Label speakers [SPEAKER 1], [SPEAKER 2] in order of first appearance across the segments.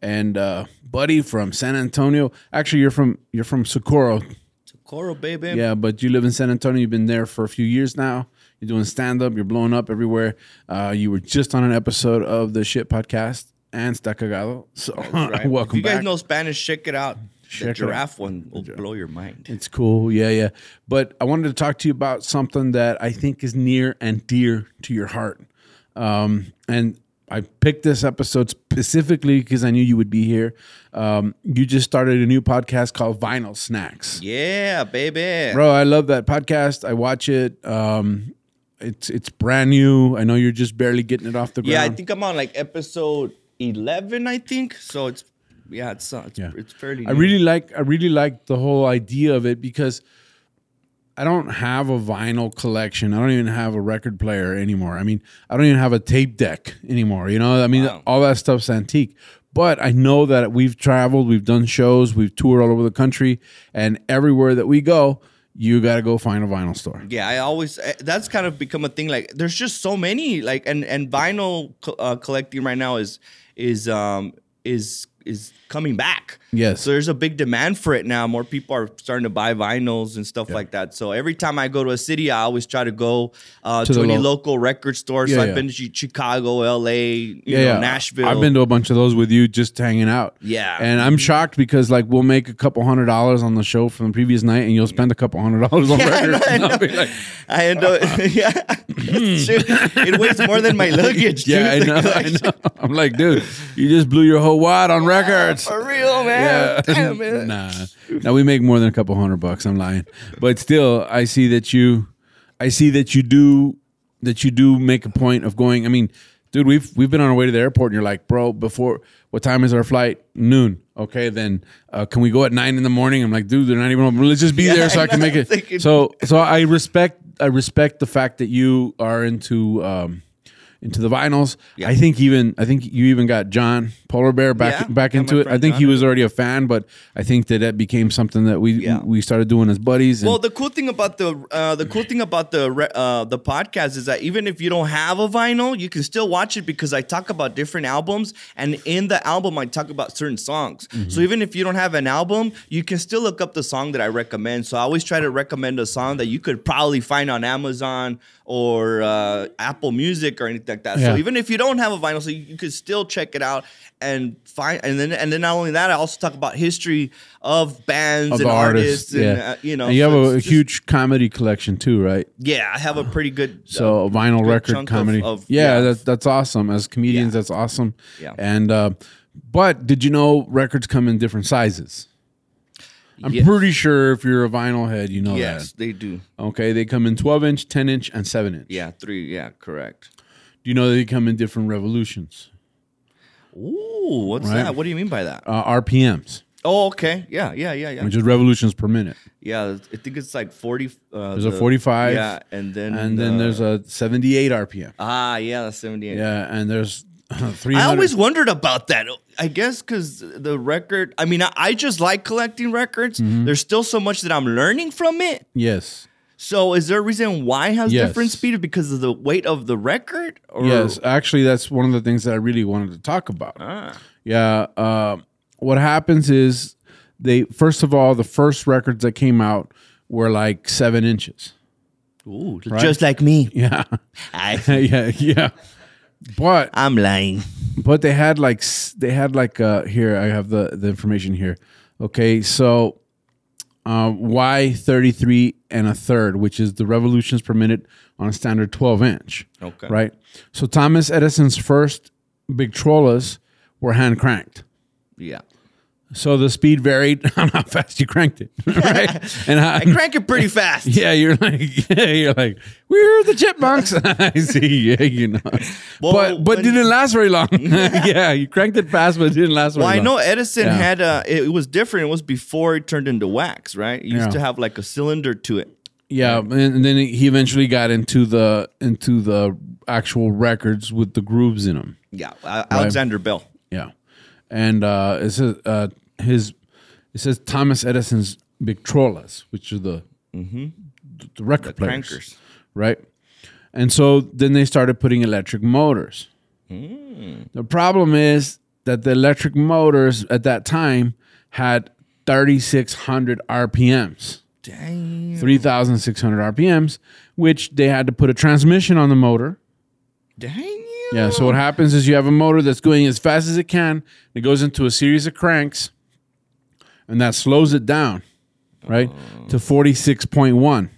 [SPEAKER 1] and uh, buddy from San Antonio. Actually, you're from you're from Socorro,
[SPEAKER 2] Coral, baby.
[SPEAKER 1] yeah, but you live in San Antonio. You've been there for a few years now. You're doing stand up. You're blowing up everywhere. Uh, you were just on an episode of the Shit Podcast and Stacagado. So
[SPEAKER 2] Right.
[SPEAKER 1] welcome
[SPEAKER 2] If you guys
[SPEAKER 1] back.
[SPEAKER 2] know Spanish, check it out.
[SPEAKER 1] Check
[SPEAKER 2] the
[SPEAKER 1] it
[SPEAKER 2] giraffe one will blow your mind.
[SPEAKER 1] it's cool. Yeah, yeah. But I wanted to talk to you about something that I think is near and dear to your heart. Um, and I picked this episode specifically because I knew you would be here. Um, you just started a new podcast called Vinyl Snacks.
[SPEAKER 2] Yeah, baby.
[SPEAKER 1] bro i love that podcast i watch it um it's it's brand new i know you're just barely getting it off the ground
[SPEAKER 2] yeah, I think I'm on like episode 11, I think. So it's, yeah, it's uh, it's, it's fairly.
[SPEAKER 1] I
[SPEAKER 2] new.
[SPEAKER 1] really like I really like the whole idea of it because I don't have a vinyl collection. I don't even have a record player anymore. I mean, I don't even have a tape deck anymore. You know, I mean,
[SPEAKER 2] Wow.
[SPEAKER 1] all that stuff's antique. But I know that we've traveled, we've done shows, we've toured all over the country, and everywhere that we go, you got to go find a vinyl store.
[SPEAKER 2] Yeah, I always eh, that's kind of become a thing. Like, there's just so many like, and and vinyl co- uh, collecting right now is is um is is coming back.
[SPEAKER 1] Yes.
[SPEAKER 2] So there's a big demand for it now. More people are starting to buy vinyls and stuff like that. So every time I go to a city, I always try to go uh,
[SPEAKER 1] To
[SPEAKER 2] to,
[SPEAKER 1] the
[SPEAKER 2] any
[SPEAKER 1] lo-
[SPEAKER 2] local record store.
[SPEAKER 1] Yeah,
[SPEAKER 2] so I've
[SPEAKER 1] yeah.
[SPEAKER 2] been to Chi- Chicago, L.A., you know, Nashville.
[SPEAKER 1] I've been to a bunch of those with you just hanging out.
[SPEAKER 2] Yeah.
[SPEAKER 1] And I'm shocked because like we'll make a couple hundred dollars on the show from the previous night and you'll spend a couple hundred dollars on records.
[SPEAKER 2] I
[SPEAKER 1] And
[SPEAKER 2] know.
[SPEAKER 1] I'll be like, Hmm.
[SPEAKER 2] I end up, yeah. Shoot, it weighs more than my luggage.
[SPEAKER 1] yeah, I
[SPEAKER 2] dude.
[SPEAKER 1] know, I know. I'm like, dude, you just blew your whole wad on records.
[SPEAKER 2] For real, man.
[SPEAKER 1] Yeah.
[SPEAKER 2] Damn it.
[SPEAKER 1] nah. Now we make more than a couple hundred bucks. I'm lying, but still, I see that you, I see that you do, that you do make a point of going. I mean, dude, we've we've been on our way to the airport, and you're like, bro, before what time is our flight? Noon. Okay, then uh, can we go at nine in the morning? I'm like, dude, they're not even open. Let's just be there so I,
[SPEAKER 2] I
[SPEAKER 1] can
[SPEAKER 2] know.
[SPEAKER 1] make it.
[SPEAKER 2] They can-
[SPEAKER 1] So so I respect I respect the fact that you are into. um into the vinyls. I think even I think you even got John Polar Bear back
[SPEAKER 2] Yeah,
[SPEAKER 1] back
[SPEAKER 2] got my
[SPEAKER 1] into it. I
[SPEAKER 2] friend
[SPEAKER 1] think
[SPEAKER 2] John
[SPEAKER 1] he was already a fan, but I think that that became something that we
[SPEAKER 2] Yeah.
[SPEAKER 1] we started doing as buddies. And
[SPEAKER 2] Well, the cool thing about the uh, the cool thing about the re- uh, the podcast is that even if you don't have a vinyl, you can still watch it because I talk about different albums, and in the album I talk about certain songs. So even if you don't have an album, you can still look up the song that I recommend. So I always try to recommend a song that you could probably find on Amazon or uh, Apple Music or anything like that.
[SPEAKER 1] Yeah.
[SPEAKER 2] So even if you don't have a vinyl, so you, you could still check it out and find. And then and then not only that, I also talk about history of bands
[SPEAKER 1] of
[SPEAKER 2] and
[SPEAKER 1] artists,
[SPEAKER 2] artists, and
[SPEAKER 1] yeah.
[SPEAKER 2] uh, you know
[SPEAKER 1] And you have
[SPEAKER 2] so
[SPEAKER 1] a,
[SPEAKER 2] it's
[SPEAKER 1] a
[SPEAKER 2] just-
[SPEAKER 1] huge comedy collection too, right?
[SPEAKER 2] yeah i have a pretty good uh,
[SPEAKER 1] So a vinyl
[SPEAKER 2] good
[SPEAKER 1] record
[SPEAKER 2] chunk
[SPEAKER 1] comedy.
[SPEAKER 2] of- of-
[SPEAKER 1] yeah,
[SPEAKER 2] yeah.
[SPEAKER 1] That's, that's awesome. As comedians,
[SPEAKER 2] Yeah.
[SPEAKER 1] that's awesome.
[SPEAKER 2] Yeah.
[SPEAKER 1] And uh, but did you know records come in different sizes? I'm
[SPEAKER 2] yes,
[SPEAKER 1] pretty sure if you're a vinyl head, you know
[SPEAKER 2] yes they do
[SPEAKER 1] that. Okay, they come in 12 inch, 10 inch, and 7 inch.
[SPEAKER 2] yeah three yeah correct
[SPEAKER 1] Do you know they come in different revolutions?
[SPEAKER 2] Ooh, what's
[SPEAKER 1] Right.
[SPEAKER 2] that? What do you mean by that?
[SPEAKER 1] uh, RPMs,
[SPEAKER 2] Oh, okay. Yeah, yeah, yeah, yeah.
[SPEAKER 1] which is revolutions per minute.
[SPEAKER 2] Yeah, I think it's like 40. Uh,
[SPEAKER 1] There's a 45,
[SPEAKER 2] Yeah, and uh, then.
[SPEAKER 1] And then
[SPEAKER 2] the-
[SPEAKER 1] there's a 78 RPM.
[SPEAKER 2] Ah, yeah, that's 78.
[SPEAKER 1] Yeah, and there's 300.
[SPEAKER 2] I always wondered about that. I guess because the record, I mean, I, I just like collecting records.
[SPEAKER 1] Mm-hmm.
[SPEAKER 2] There's still so much that I'm learning from it.
[SPEAKER 1] yes.
[SPEAKER 2] So is there a reason why it has
[SPEAKER 1] Yes.
[SPEAKER 2] different speed because of the weight of the record? Or,
[SPEAKER 1] Yes, actually, that's one of the things that I really wanted to talk about.
[SPEAKER 2] Ah.
[SPEAKER 1] Yeah, uh, what happens is they first of all the first records that came out were like seven inches.
[SPEAKER 2] Ooh, just like me.
[SPEAKER 1] Yeah,
[SPEAKER 2] I,
[SPEAKER 1] yeah, yeah. But
[SPEAKER 2] I'm lying.
[SPEAKER 1] but they had like s- they had like uh, here I have the the information here. Okay, so uh, why 33 and a third, which is the revolutions per minute on a standard 12 inch.
[SPEAKER 2] Okay.
[SPEAKER 1] Right. So Thomas Edison's first Big Trollas were hand cranked.
[SPEAKER 2] Yeah.
[SPEAKER 1] So the speed varied on how fast you cranked it, right? And how,
[SPEAKER 2] I crank it pretty fast.
[SPEAKER 1] yeah, you're like, yeah, you're like, we're the chipmunks. I see, yeah, you know.
[SPEAKER 2] Well,
[SPEAKER 1] but but
[SPEAKER 2] when-
[SPEAKER 1] didn't last very long. yeah, you cranked it fast, but it didn't last very
[SPEAKER 2] Well, I
[SPEAKER 1] long.
[SPEAKER 2] know Edison
[SPEAKER 1] Yeah.
[SPEAKER 2] had a. It was different. It was before it turned into wax, right? It used
[SPEAKER 1] Yeah.
[SPEAKER 2] to have like a cylinder to it.
[SPEAKER 1] Yeah, and, and then he eventually got into the into the actual records with the grooves in them.
[SPEAKER 2] Yeah, A- Alexander Bell.
[SPEAKER 1] Yeah, and uh, it says uh, his it says Thomas Edison's Victrolas, which are the th- the record players,
[SPEAKER 2] Mm-hmm. crankers.
[SPEAKER 1] right? And so then they started putting electric motors. The problem is that the electric motors at that time had thirty six hundred RPMs.
[SPEAKER 2] Dang.
[SPEAKER 1] 3,600 RPMs, which they had to put a transmission on the motor.
[SPEAKER 2] Dang you.
[SPEAKER 1] Yeah. So what happens is you have a motor that's going as fast as it can. It goes into a series of cranks, and that slows it down, right, to 46.1.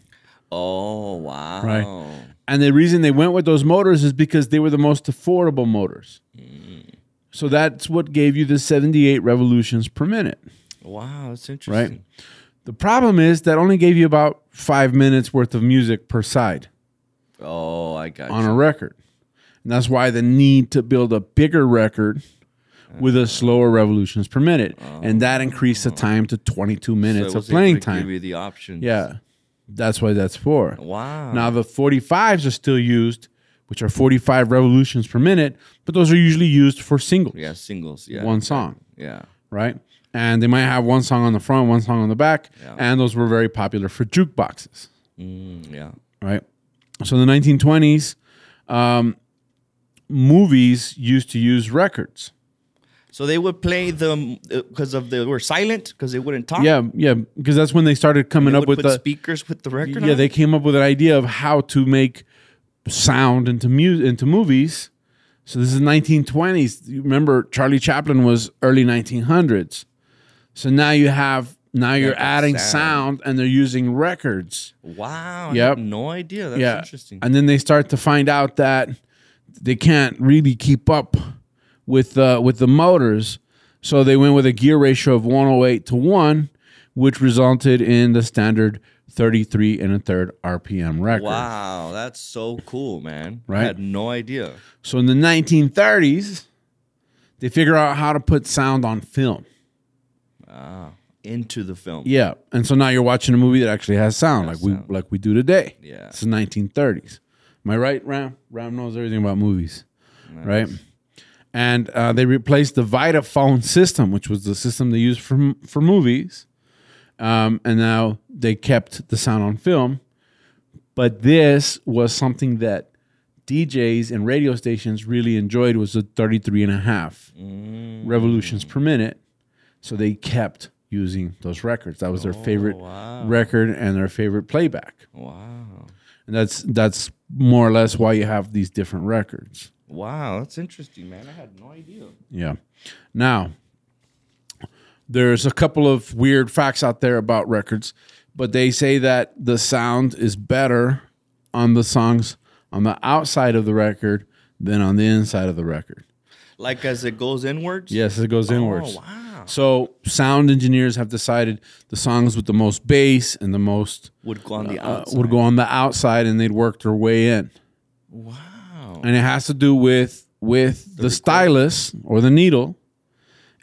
[SPEAKER 2] Oh wow.
[SPEAKER 1] Right. And the reason they went with those motors is because they were the most affordable motors.
[SPEAKER 2] Mm.
[SPEAKER 1] So that's what gave you the 78 revolutions per minute,
[SPEAKER 2] Wow, that's
[SPEAKER 1] right?
[SPEAKER 2] interesting.
[SPEAKER 1] The problem is that only gave you about five minutes worth of music per side.
[SPEAKER 2] Oh, I got
[SPEAKER 1] on
[SPEAKER 2] you.
[SPEAKER 1] a record. And that's why the need to build a bigger record with a slower revolutions per minute. And that increased the time to 22
[SPEAKER 2] Oh. So
[SPEAKER 1] minutes
[SPEAKER 2] it
[SPEAKER 1] of
[SPEAKER 2] was able
[SPEAKER 1] playing
[SPEAKER 2] to Give
[SPEAKER 1] time.
[SPEAKER 2] you the options.
[SPEAKER 1] Yeah. That's why that's for.
[SPEAKER 2] Wow.
[SPEAKER 1] Now the 45s are still used, which are 45 revolutions per minute, but those are usually used for singles,
[SPEAKER 2] yeah, singles. Yeah.
[SPEAKER 1] one song,
[SPEAKER 2] Yeah.
[SPEAKER 1] right? And they might have one song on the front, one song on the back, and those were very popular for jukeboxes.
[SPEAKER 2] Mm, yeah.
[SPEAKER 1] right? So in the 1920s, um, movies used to use records.
[SPEAKER 2] So they would play them because of the were silent because they wouldn't talk.
[SPEAKER 1] Yeah, yeah, because that's when they started coming
[SPEAKER 2] They
[SPEAKER 1] up
[SPEAKER 2] would
[SPEAKER 1] with
[SPEAKER 2] put
[SPEAKER 1] the
[SPEAKER 2] speakers with the record.
[SPEAKER 1] yeah.
[SPEAKER 2] on?
[SPEAKER 1] They came up with an idea of how to make sound into mu- into movies. So this is 1920s. You remember Charlie Chaplin was early 1900s. So now you have now you're
[SPEAKER 2] the
[SPEAKER 1] adding
[SPEAKER 2] sound.
[SPEAKER 1] sound and they're using records.
[SPEAKER 2] Wow. I
[SPEAKER 1] Yep.
[SPEAKER 2] had no idea. That's interesting.
[SPEAKER 1] And then they start to find out that they can't really keep up with uh, with the motors, so they went with a gear ratio of 108 to one, which resulted in the standard 33 and a third RPM record.
[SPEAKER 2] Wow, that's so cool, man.
[SPEAKER 1] Right?
[SPEAKER 2] I had no idea.
[SPEAKER 1] So in the 1930s, they figure out how to put sound on film.
[SPEAKER 2] Ah, into the film.
[SPEAKER 1] Yeah, and so now you're watching a movie that actually has sound, like
[SPEAKER 2] sound.
[SPEAKER 1] we like we do today.
[SPEAKER 2] Yeah.
[SPEAKER 1] it's the 1930s. Am I right, Ram? Ram knows everything about movies, right? And uh, they replaced the Vitaphone system, which was the system they used for m- for movies, um, and now they kept the sound on film. But this was something that DJs and radio stations really enjoyed was the 33 and a half
[SPEAKER 2] Mm,
[SPEAKER 1] revolutions per minute. So they kept using those records. That was their favorite
[SPEAKER 2] Oh, wow.
[SPEAKER 1] record and their favorite playback.
[SPEAKER 2] Wow.
[SPEAKER 1] And that's that's more or less why you have these different records.
[SPEAKER 2] Wow, that's interesting, man. I had no idea.
[SPEAKER 1] Yeah. Now, there's a couple of weird facts out there about records, but they say that the sound is better on the songs on the outside of the record than on the inside of the record.
[SPEAKER 2] Like as it goes inwards.
[SPEAKER 1] Yes, it goes inwards.
[SPEAKER 2] Oh wow.
[SPEAKER 1] So, sound engineers have decided the songs with the most bass and the most
[SPEAKER 2] Would go on the
[SPEAKER 1] uh,
[SPEAKER 2] outside.
[SPEAKER 1] would go on the outside and they'd work their way in.
[SPEAKER 2] Wow.
[SPEAKER 1] and it has to do with with the, stylus or the needle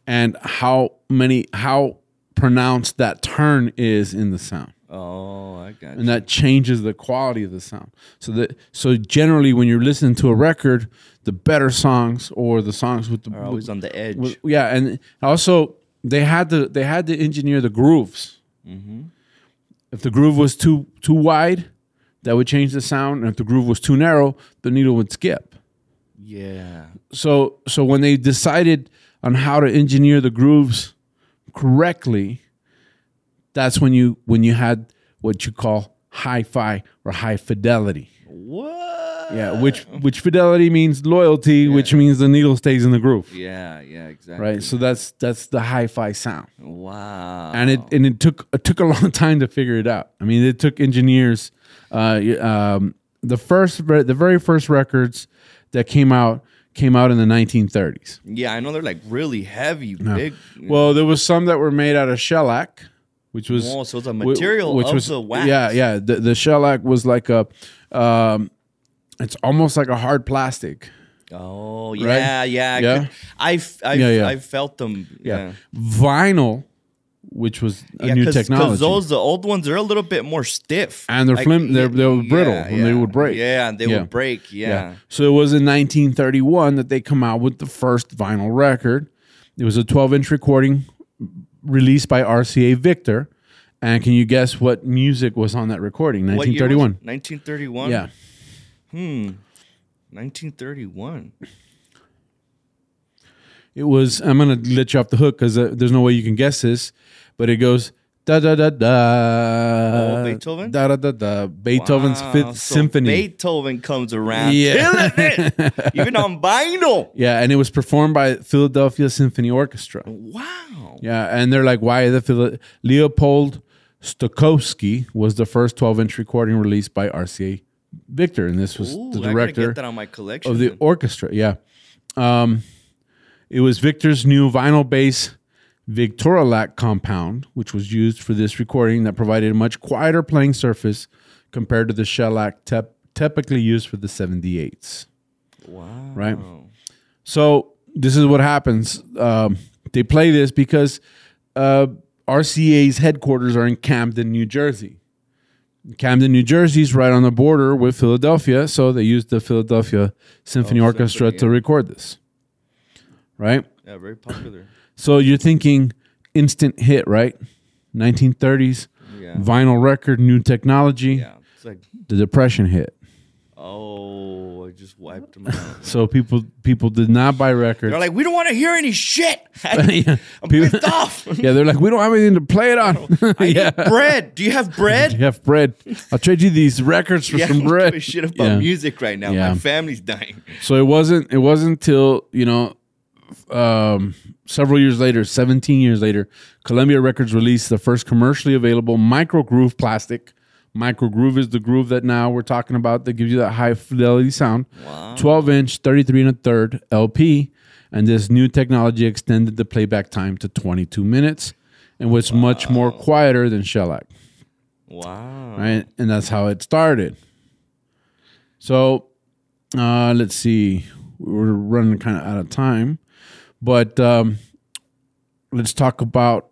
[SPEAKER 1] and how many how pronounced that turn is in the sound
[SPEAKER 2] Oh, I got
[SPEAKER 1] and
[SPEAKER 2] you.
[SPEAKER 1] that changes the quality of the sound so that so generally when you're listening to a record the better songs or the songs with the
[SPEAKER 2] They're always on the edge.
[SPEAKER 1] with- yeah and also they had to they had to engineer the grooves if the groove was too too wide that would change the sound and if the groove was too narrow the needle would skip
[SPEAKER 2] yeah.
[SPEAKER 1] so so when they decided on how to engineer the grooves correctly that's when you when you had what you call hi-fi or high fidelity
[SPEAKER 2] What?
[SPEAKER 1] yeah which which fidelity means loyalty which means the needle stays in the groove
[SPEAKER 2] Yeah, yeah, exactly.
[SPEAKER 1] right so that's that's the hi-fi sound
[SPEAKER 2] Wow.
[SPEAKER 1] and it and it took it took a long time to figure it out i mean it took engineers uh y- um the first the very first records that came out came out in the 1930s.
[SPEAKER 2] Yeah, I know they're like really heavy, big.
[SPEAKER 1] Well, there was some that were made out of shellac, which was
[SPEAKER 2] Oh, so it's a
[SPEAKER 1] whi-
[SPEAKER 2] material of the wax.
[SPEAKER 1] Yeah, yeah. The, the shellac was like a, um, it's almost like a hard plastic.
[SPEAKER 2] Oh yeah, yeah, I
[SPEAKER 1] Yeah.
[SPEAKER 2] could- I f- I f-
[SPEAKER 1] Yeah, yeah.
[SPEAKER 2] I felt them. Yeah,
[SPEAKER 1] Vinyl, which was a
[SPEAKER 2] yeah.
[SPEAKER 1] new
[SPEAKER 2] cause, 'cause
[SPEAKER 1] technology.
[SPEAKER 2] those the old ones they're a little bit more stiff
[SPEAKER 1] and they're
[SPEAKER 2] Like,
[SPEAKER 1] flim, they're,
[SPEAKER 2] yeah,
[SPEAKER 1] they were brittle
[SPEAKER 2] yeah,
[SPEAKER 1] and they
[SPEAKER 2] yeah.
[SPEAKER 1] would break.
[SPEAKER 2] Yeah, and they
[SPEAKER 1] Yeah.
[SPEAKER 2] would break. Yeah.
[SPEAKER 1] So it was in 1931 that they come out with the first vinyl record. It was a 12 inch recording released by RCA Victor. And can you guess what music was on that recording?
[SPEAKER 2] What year was it?
[SPEAKER 1] 1931.
[SPEAKER 2] 1931.
[SPEAKER 1] Yeah.
[SPEAKER 2] 1931.
[SPEAKER 1] It was, I'm going to let you off the hook because uh, there's no way you can guess this, but it goes da da da da.
[SPEAKER 2] Oh, Beethoven?
[SPEAKER 1] Da da da da. Beethoven's
[SPEAKER 2] Wow,
[SPEAKER 1] Fifth
[SPEAKER 2] so
[SPEAKER 1] Symphony.
[SPEAKER 2] Beethoven comes around,
[SPEAKER 1] Yeah.
[SPEAKER 2] killing it, even on vinyl.
[SPEAKER 1] yeah. And it was performed by Philadelphia Symphony Orchestra.
[SPEAKER 2] Wow.
[SPEAKER 1] Yeah, and they're like, why the Phil- Leopold Stokowski was the first 12 inch recording released by RCA Victor, and this was
[SPEAKER 2] Ooh,
[SPEAKER 1] the
[SPEAKER 2] I gotta
[SPEAKER 1] director
[SPEAKER 2] get that on my collection.
[SPEAKER 1] of the
[SPEAKER 2] then.
[SPEAKER 1] orchestra. Yeah, um, it was Victor's new vinyl bass Victorolac compound, which was used for this recording, that provided a much quieter playing surface compared to the shellac tep- typically used for the 78s.
[SPEAKER 2] wow.
[SPEAKER 1] Right. So this is what happens. Um, they play this because uh, RCA's headquarters are in Camden, New Jersey. Camden, New Jersey is right on the border with Philadelphia, so they used the Philadelphia Symphony
[SPEAKER 2] Oh,
[SPEAKER 1] Orchestra
[SPEAKER 2] symphony,
[SPEAKER 1] to record this. Right?
[SPEAKER 2] Yeah, very popular.
[SPEAKER 1] So you're thinking instant hit, right? 1930s,
[SPEAKER 2] Yeah.
[SPEAKER 1] vinyl record, new technology,
[SPEAKER 2] Yeah. It's like,
[SPEAKER 1] the depression hit.
[SPEAKER 2] oh, I just wiped them out.
[SPEAKER 1] So people people did not buy records.
[SPEAKER 2] They're like, we don't want to hear any shit. I'm
[SPEAKER 1] yeah, people-
[SPEAKER 2] pissed off.
[SPEAKER 1] yeah, they're like, we don't have anything to play it on.
[SPEAKER 2] I
[SPEAKER 1] yeah.
[SPEAKER 2] need bread. Do you have bread?
[SPEAKER 1] You have bread. I'll trade you these records for
[SPEAKER 2] yeah, I
[SPEAKER 1] some
[SPEAKER 2] don't
[SPEAKER 1] bread.
[SPEAKER 2] give a shit about
[SPEAKER 1] Yeah.
[SPEAKER 2] music right now.
[SPEAKER 1] Yeah.
[SPEAKER 2] My family's dying.
[SPEAKER 1] So it wasn't. It wasn't till you know, um, several years later, seventeen years later, Columbia Records released the first commercially available micro groove plastic. Micro groove is the groove that now we're talking about that gives you that high fidelity sound.
[SPEAKER 2] Wow.
[SPEAKER 1] Twelve inch, thirty three and a third LP, and this new technology extended the playback time to twenty two minutes, and was much more quieter than shellac.
[SPEAKER 2] Wow.
[SPEAKER 1] right? And that's how it started. So, uh, let's see, we're running kind of out of time, but um, let's talk about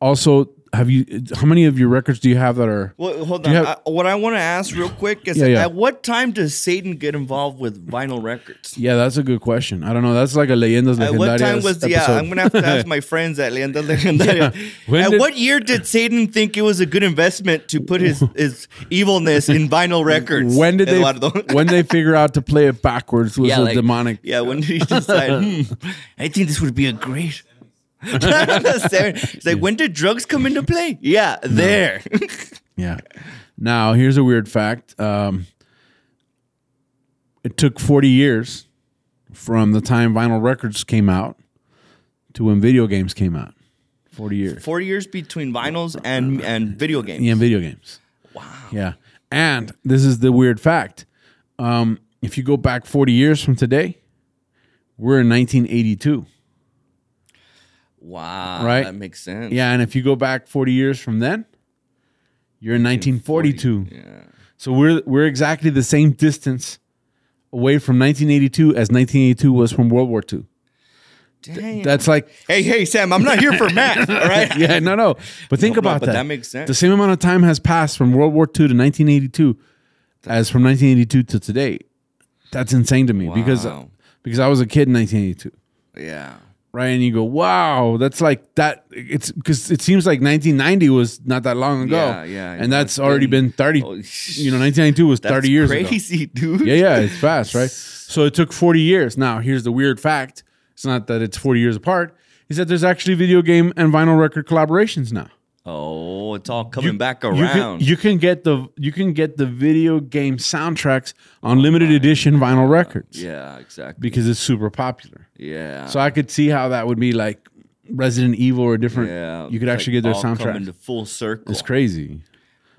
[SPEAKER 1] also. Have you? How many of your records do you have that are?
[SPEAKER 2] Well, hold
[SPEAKER 1] Do
[SPEAKER 2] on.
[SPEAKER 1] you have-
[SPEAKER 2] I, what I want to ask real quick is
[SPEAKER 1] Yeah, yeah.
[SPEAKER 2] at what time does Satan get involved with vinyl records?
[SPEAKER 1] Yeah, that's a good question. I don't know. That's like a leyendas
[SPEAKER 2] At what time was
[SPEAKER 1] legendarias
[SPEAKER 2] the, yeah?
[SPEAKER 1] episode.
[SPEAKER 2] I'm gonna have to ask my friends at Leanda Legendaria.
[SPEAKER 1] When
[SPEAKER 2] At
[SPEAKER 1] did-
[SPEAKER 2] what year did Satan think it was a good investment to put his his evilness in vinyl records?
[SPEAKER 1] when did they?
[SPEAKER 2] Eduardo?
[SPEAKER 1] when they figure out to play it backwards was a
[SPEAKER 2] Yeah, like-
[SPEAKER 1] demonic.
[SPEAKER 2] yeah, when did he decide? hmm, I think this would be a great. it's like when did drugs come into play? Yeah, there.
[SPEAKER 1] Yeah. Now here's a weird fact. Um, it took 40 years from the time vinyl records came out to when video games came out. 40 years.
[SPEAKER 2] Four years between vinyls and and video games.
[SPEAKER 1] Yeah, video games. Wow. Yeah. And this is the weird fact. Um, if you go back 40 years from today, we're in 1982.
[SPEAKER 2] Wow,
[SPEAKER 1] Right?
[SPEAKER 2] That makes sense.
[SPEAKER 1] Yeah, and if you go back 40 years from then, you're in 1942.
[SPEAKER 2] Yeah.
[SPEAKER 1] So we're we're exactly the same distance away from 1982 as 1982 was from World War II.
[SPEAKER 2] Damn.
[SPEAKER 1] That's like
[SPEAKER 2] hey, hey, Sam, I'm not here for math, all right?
[SPEAKER 1] yeah, no, no. But think
[SPEAKER 2] No, no,
[SPEAKER 1] about
[SPEAKER 2] but
[SPEAKER 1] that.
[SPEAKER 2] that makes sense.
[SPEAKER 1] The same amount of time has passed from World War II to 1982 as from 1982 to today. That's insane to me because
[SPEAKER 2] Wow.
[SPEAKER 1] because I was a kid in 1982.
[SPEAKER 2] Yeah.
[SPEAKER 1] Right, and you go, wow, that's like that. It's because it seems like 1990 was not that long ago,
[SPEAKER 2] Yeah, yeah,
[SPEAKER 1] and
[SPEAKER 2] yeah,
[SPEAKER 1] that's
[SPEAKER 2] it's
[SPEAKER 1] already been
[SPEAKER 2] been-
[SPEAKER 1] 30.
[SPEAKER 2] Oh,
[SPEAKER 1] you know, 1992 was
[SPEAKER 2] That's
[SPEAKER 1] 30 years ago.
[SPEAKER 2] crazy, dude.
[SPEAKER 1] Yeah, yeah, it's fast, right? So it took 40 years. Now, here's the weird fact. It's not that it's 40 years apart. Is that there's actually video game and vinyl record collaborations now.
[SPEAKER 2] Oh, it's all coming back
[SPEAKER 1] You can,
[SPEAKER 2] around.
[SPEAKER 1] you can get the you can get the video game soundtracks on limited edition vinyl records
[SPEAKER 2] yeah, exactly.
[SPEAKER 1] because it's super popular.
[SPEAKER 2] Yeah.
[SPEAKER 1] So I could see how that would be like Resident Evil or different.
[SPEAKER 2] yeah.
[SPEAKER 1] you could
[SPEAKER 2] it's
[SPEAKER 1] actually
[SPEAKER 2] like
[SPEAKER 1] get their
[SPEAKER 2] all Coming
[SPEAKER 1] soundtracks.
[SPEAKER 2] to full circle.
[SPEAKER 1] It's crazy.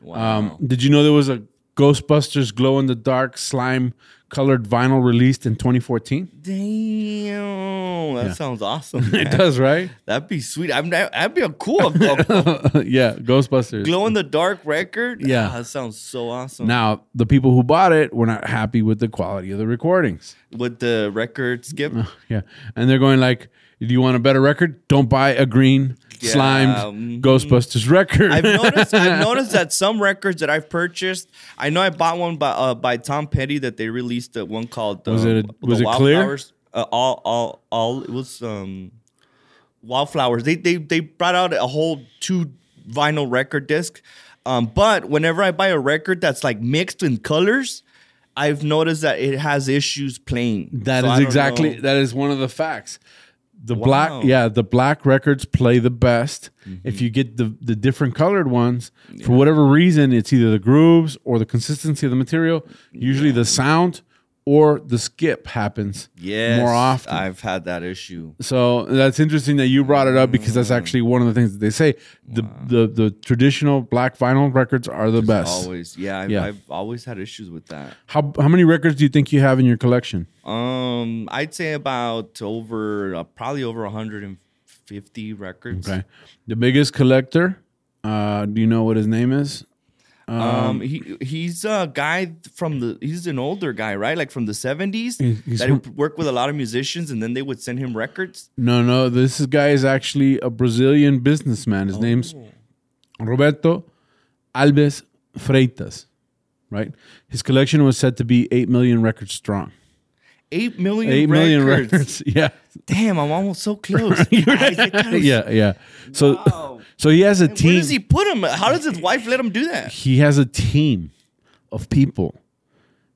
[SPEAKER 2] Wow.
[SPEAKER 1] Um, did you know there was a Ghostbusters glow in the dark slime colored vinyl released in 2014.
[SPEAKER 2] Damn, that sounds awesome.
[SPEAKER 1] It does, right?
[SPEAKER 2] That'd be sweet. I'm, that'd be a cool a
[SPEAKER 1] yeah, Ghostbusters.
[SPEAKER 2] glow in the dark record.
[SPEAKER 1] Yeah.
[SPEAKER 2] Ah, that sounds so awesome.
[SPEAKER 1] Now, the people who bought it were not happy with the quality of the recordings.
[SPEAKER 2] With the record skip,
[SPEAKER 1] Yeah. And they're going like, do you want a better record? Don't buy a green
[SPEAKER 2] Yeah,
[SPEAKER 1] slimed
[SPEAKER 2] mhm.
[SPEAKER 1] Ghostbusters record.
[SPEAKER 2] I've noticed. I've noticed that some records that I've purchased. I know I bought one by uh, by Tom Petty that they released uh, one called. Uh,
[SPEAKER 1] Was it a-
[SPEAKER 2] the
[SPEAKER 1] was it clear?
[SPEAKER 2] Wildflowers. Uh, all all all. It was um, wildflowers. They they they brought out a whole two vinyl record disc. Um, but whenever I buy a record that's like mixed in colors, I've noticed that it has issues playing.
[SPEAKER 1] That is
[SPEAKER 2] So I don't
[SPEAKER 1] exactly
[SPEAKER 2] know.
[SPEAKER 1] that is one of the facts. The
[SPEAKER 2] Wow. Mm-hmm.
[SPEAKER 1] black, yeah, the black records play the best. If you get the the different colored ones, for whatever reason, it's either the grooves or the consistency of the material, usually the sound or the skip happens
[SPEAKER 2] Yes,
[SPEAKER 1] more often.
[SPEAKER 2] I've had that issue.
[SPEAKER 1] so that's interesting that you brought it up because that's actually one of the things that they say. The the the traditional black vinyl records are the best.
[SPEAKER 2] Always, yeah, I've,
[SPEAKER 1] Yeah.
[SPEAKER 2] I've always had issues with that.
[SPEAKER 1] How how many records do you think you have in your collection?
[SPEAKER 2] Um, I'd say about over uh, probably over 150 records.
[SPEAKER 1] Okay. The biggest collector, uh, do you know what his name is?
[SPEAKER 2] Um, he he's a guy from the he's an older guy, right? Like from the 70s
[SPEAKER 1] He- he's
[SPEAKER 2] that
[SPEAKER 1] from-
[SPEAKER 2] he worked with a lot of musicians, and then they would send him records.
[SPEAKER 1] No, no, this guy is actually a Brazilian businessman. His name's
[SPEAKER 2] Oh.
[SPEAKER 1] Roberto Alves Freitas, right? His collection was said to be 8 million records strong.
[SPEAKER 2] Eight million,
[SPEAKER 1] Eight million
[SPEAKER 2] records.
[SPEAKER 1] Yeah.
[SPEAKER 2] Damn, I'm almost so close. Guys, I kinda-
[SPEAKER 1] Yeah, yeah. So
[SPEAKER 2] Wow.
[SPEAKER 1] so he has a team.
[SPEAKER 2] Where does he put him? How does his wife let him do that?
[SPEAKER 1] he has a team of people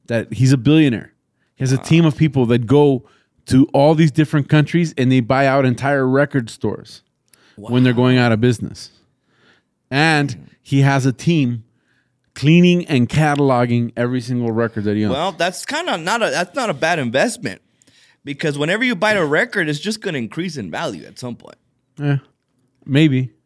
[SPEAKER 1] that he's a billionaire. He
[SPEAKER 2] Ah.
[SPEAKER 1] has a team of people that go to all these different countries and they buy out entire record stores when they're going out of business.
[SPEAKER 2] Hmm.
[SPEAKER 1] And he has a team cleaning and cataloging every single record that he owns.
[SPEAKER 2] Well, that's kind of not a that's not a bad investment because whenever you buy a record, it's just going to increase in value at some point.
[SPEAKER 1] Eh, maybe.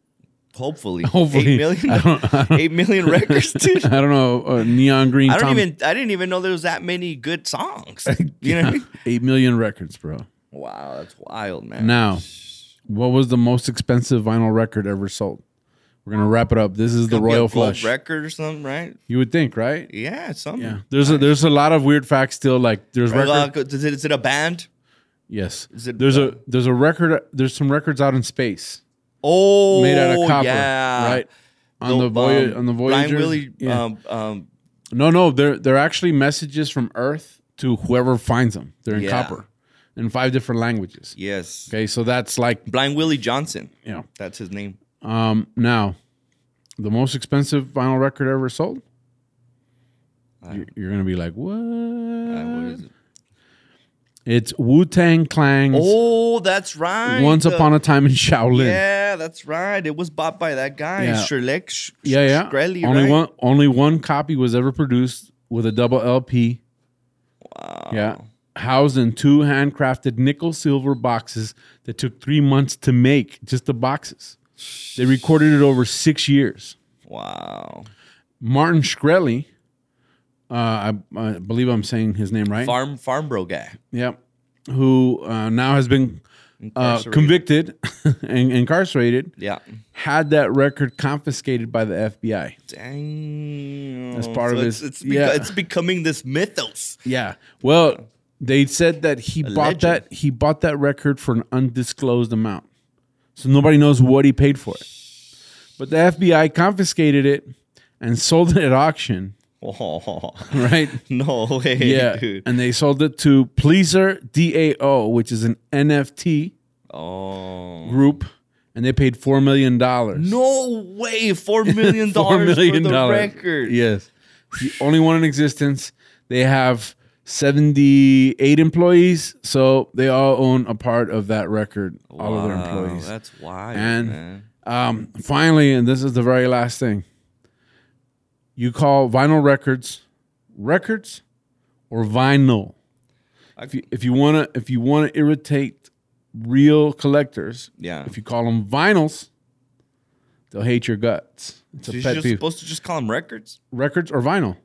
[SPEAKER 2] Hopefully,
[SPEAKER 1] Hopefully.
[SPEAKER 2] eight million,
[SPEAKER 1] I don't- I
[SPEAKER 2] eight million records, dude.
[SPEAKER 1] I don't know. Uh, neon green.
[SPEAKER 2] I don't
[SPEAKER 1] Tom-
[SPEAKER 2] even. I didn't even know there was that many good songs. You know what I mean?
[SPEAKER 1] Eight million records, bro.
[SPEAKER 2] Wow, that's wild, man.
[SPEAKER 1] Now, what was the most expensive vinyl record ever sold? We're gonna wrap it up. This is the
[SPEAKER 2] Could be a
[SPEAKER 1] Royal
[SPEAKER 2] gold
[SPEAKER 1] Flush.
[SPEAKER 2] record or something, right?
[SPEAKER 1] You would think, right?
[SPEAKER 2] Yeah, something.
[SPEAKER 1] Yeah. There's a there's a lot of weird facts still. Like there's
[SPEAKER 2] Or, uh,
[SPEAKER 1] record.
[SPEAKER 2] is, it, is it a band?
[SPEAKER 1] Yes.
[SPEAKER 2] is it-
[SPEAKER 1] There's a there's a record. There's some records out in space
[SPEAKER 2] Oh,
[SPEAKER 1] made out of copper.
[SPEAKER 2] yeah.
[SPEAKER 1] Right. On the,
[SPEAKER 2] um,
[SPEAKER 1] voyage on the Voyager.
[SPEAKER 2] Blind Willie.
[SPEAKER 1] Yeah.
[SPEAKER 2] Um, um,
[SPEAKER 1] no, no. They're they're actually messages from Earth to whoever finds them. They're in
[SPEAKER 2] Yeah.
[SPEAKER 1] copper, in five different languages.
[SPEAKER 2] yes,
[SPEAKER 1] Okay, so that's like
[SPEAKER 2] Blind Willie Johnson.
[SPEAKER 1] you know.
[SPEAKER 2] That's his name.
[SPEAKER 1] Um, now, the most expensive vinyl record ever sold. You're, you're gonna be like, what?
[SPEAKER 2] Uh, what is it?
[SPEAKER 1] It's Wu Tang Clang's
[SPEAKER 2] Oh, that's right.
[SPEAKER 1] Once
[SPEAKER 2] The-
[SPEAKER 1] Upon a Time in Shaolin.
[SPEAKER 2] Yeah, that's right. It was bought by that guy,
[SPEAKER 1] Yeah.
[SPEAKER 2] Sherlock. Sh-
[SPEAKER 1] yeah, yeah.
[SPEAKER 2] Shkreli,
[SPEAKER 1] only
[SPEAKER 2] right?
[SPEAKER 1] one, only one copy was ever produced with a double LP.
[SPEAKER 2] Wow.
[SPEAKER 1] Yeah, housed in two handcrafted nickel silver boxes that took three months to make. Just the boxes. They recorded it over six years.
[SPEAKER 2] Wow.
[SPEAKER 1] Martin Shkreli, uh, I, I believe I'm saying his name right.
[SPEAKER 2] Farm farm bro guy.
[SPEAKER 1] Yep. Who uh, now has been uh,
[SPEAKER 2] Incarcerated.
[SPEAKER 1] convicted and incarcerated,
[SPEAKER 2] Yeah.
[SPEAKER 1] had that record confiscated by the FBI.
[SPEAKER 2] Dang.
[SPEAKER 1] That's part of
[SPEAKER 2] it's,
[SPEAKER 1] his-
[SPEAKER 2] It's, beco-
[SPEAKER 1] yeah.
[SPEAKER 2] it's becoming this mythos.
[SPEAKER 1] Yeah. Well, they said that he bought
[SPEAKER 2] legend.
[SPEAKER 1] that he bought that record for an undisclosed amount. So nobody knows what he paid for it. But the FBI confiscated it and sold it at auction,
[SPEAKER 2] Oh,
[SPEAKER 1] right?
[SPEAKER 2] no way,
[SPEAKER 1] Yeah.
[SPEAKER 2] dude.
[SPEAKER 1] And they sold it to Pleaser DAO, which is an NFT
[SPEAKER 2] Oh.
[SPEAKER 1] group, and they paid 4 million dollars.
[SPEAKER 2] No way. Four million
[SPEAKER 1] Four
[SPEAKER 2] dollars
[SPEAKER 1] million
[SPEAKER 2] for the
[SPEAKER 1] dollars.
[SPEAKER 2] record.
[SPEAKER 1] Yes, the only one in existence. They have seventy-eight employees, so they all own a part of that record. All of their
[SPEAKER 2] Wow,
[SPEAKER 1] employees.
[SPEAKER 2] That's wild,
[SPEAKER 1] And-
[SPEAKER 2] man.
[SPEAKER 1] Um, finally, and this is the very last thing. You call vinyl records records or vinyl.
[SPEAKER 2] I-
[SPEAKER 1] If you, if you wanna if you wanna irritate real collectors,
[SPEAKER 2] Yeah.
[SPEAKER 1] if you call them vinyls, they'll hate your guts. It's a
[SPEAKER 2] So you're
[SPEAKER 1] pet
[SPEAKER 2] just
[SPEAKER 1] peeve.
[SPEAKER 2] supposed to just call them records?
[SPEAKER 1] records or vinyl.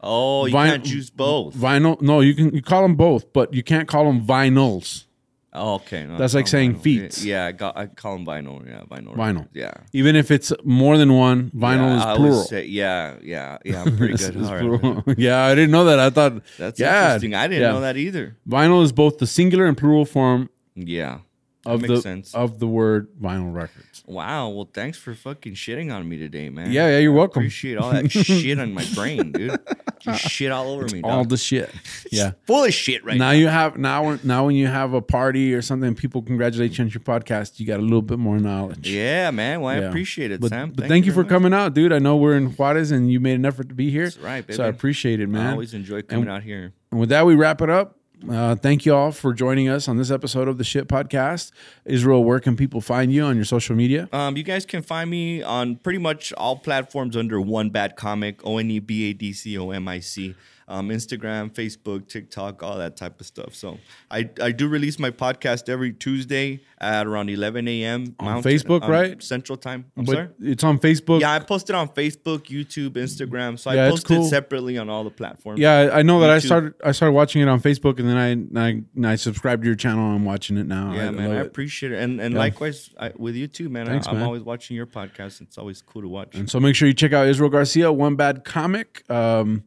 [SPEAKER 2] Oh, you
[SPEAKER 1] Vin-
[SPEAKER 2] can't use both.
[SPEAKER 1] Vinyl? No, you can you call them both, but you can't call them vinyls.
[SPEAKER 2] oh, okay. no,
[SPEAKER 1] That's like
[SPEAKER 2] no,
[SPEAKER 1] saying
[SPEAKER 2] vinyl.
[SPEAKER 1] feats.
[SPEAKER 2] Yeah, I, got, I call them vinyl. Yeah, vinyl.
[SPEAKER 1] Vinyl.
[SPEAKER 2] Yeah.
[SPEAKER 1] Even if it's more than one, vinyl
[SPEAKER 2] yeah,
[SPEAKER 1] is
[SPEAKER 2] I always
[SPEAKER 1] plural.
[SPEAKER 2] say- yeah, yeah, yeah. I'm pretty
[SPEAKER 1] It's-
[SPEAKER 2] good.
[SPEAKER 1] it's
[SPEAKER 2] All right.
[SPEAKER 1] plural. yeah, I didn't know that. I thought
[SPEAKER 2] That's
[SPEAKER 1] yeah,
[SPEAKER 2] interesting. I didn't
[SPEAKER 1] yeah.
[SPEAKER 2] know that either.
[SPEAKER 1] Vinyl is both the singular and plural form
[SPEAKER 2] Yeah. That
[SPEAKER 1] of
[SPEAKER 2] makes
[SPEAKER 1] the uh,
[SPEAKER 2] sense.
[SPEAKER 1] of the word vinyl records.
[SPEAKER 2] Wow. Well, thanks for fucking shitting on me today, man.
[SPEAKER 1] Yeah, yeah, you're welcome.
[SPEAKER 2] Appreciate all that shit on my brain, dude. Just shit all over me.
[SPEAKER 1] All
[SPEAKER 2] dog.
[SPEAKER 1] the shit. Yeah.
[SPEAKER 2] full of shit right
[SPEAKER 1] now you have now now when you have a party or something, people congratulate you on your podcast. You got a little bit more knowledge.
[SPEAKER 2] Yeah, man. Well, I
[SPEAKER 1] Yeah.
[SPEAKER 2] appreciate it,
[SPEAKER 1] But,
[SPEAKER 2] Sam.
[SPEAKER 1] but thank you for
[SPEAKER 2] very much.
[SPEAKER 1] coming out, dude. I know we're in Juarez and you made an effort to be here.
[SPEAKER 2] That's right,
[SPEAKER 1] So I
[SPEAKER 2] baby.
[SPEAKER 1] appreciate it,
[SPEAKER 2] I
[SPEAKER 1] man.
[SPEAKER 2] always enjoy coming out here.
[SPEAKER 1] And with that, we wrap it up. Uh, thank you all for joining us on this episode of the Shit Podcast. Israel, where can people find you on your social media?
[SPEAKER 2] Um, you guys can find me on pretty much all platforms under One Bad Comic, O N E B A D C O M I C, um, Instagram, Facebook, TikTok, all that type of stuff. So I, I do release my podcast every Tuesday at around 11 a.m.
[SPEAKER 1] On Facebook,
[SPEAKER 2] um,
[SPEAKER 1] right?
[SPEAKER 2] Central Time. I'm
[SPEAKER 1] But
[SPEAKER 2] sorry.
[SPEAKER 1] It's on Facebook.
[SPEAKER 2] Yeah, I post it on Facebook, YouTube, Instagram. So
[SPEAKER 1] Yeah,
[SPEAKER 2] I
[SPEAKER 1] it's
[SPEAKER 2] post
[SPEAKER 1] cool.
[SPEAKER 2] it separately on all the platforms.
[SPEAKER 1] Yeah, I know that I
[SPEAKER 2] YouTube.
[SPEAKER 1] started. I started watching it on Facebook, and then I and I, and I subscribed to your channel. and I'm watching it now.
[SPEAKER 2] Yeah,
[SPEAKER 1] I
[SPEAKER 2] man,
[SPEAKER 1] love
[SPEAKER 2] I
[SPEAKER 1] it.
[SPEAKER 2] appreciate it, and and likewise I, with you too, man.
[SPEAKER 1] Thanks,
[SPEAKER 2] I, I'm
[SPEAKER 1] man.
[SPEAKER 2] always watching your podcast. It's always cool to watch.
[SPEAKER 1] And so make sure you check out Israel Garcia, One Bad Comic. Um,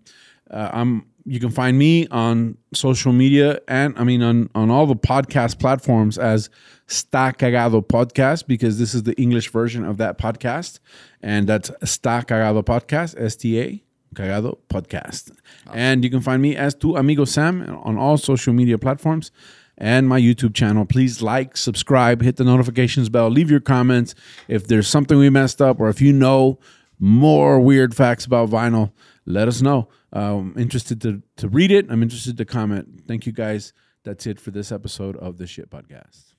[SPEAKER 1] uh, I'm you can find me on social media and I mean on on all the podcast platforms as Sta Cagado Podcast because this is the English version of that podcast, and that's Sta Cagado Podcast, S T A Cagado Podcast. And you can find me as Tu Amigo Sam on all social media platforms and my YouTube channel. Please like, subscribe, hit the notifications bell, leave your comments. If there's something we messed up or if you know more weird facts about vinyl, let us know. Um, interested to, to read it. I'm interested to comment. Thank you guys. That's it for this episode of the Shit Podcast.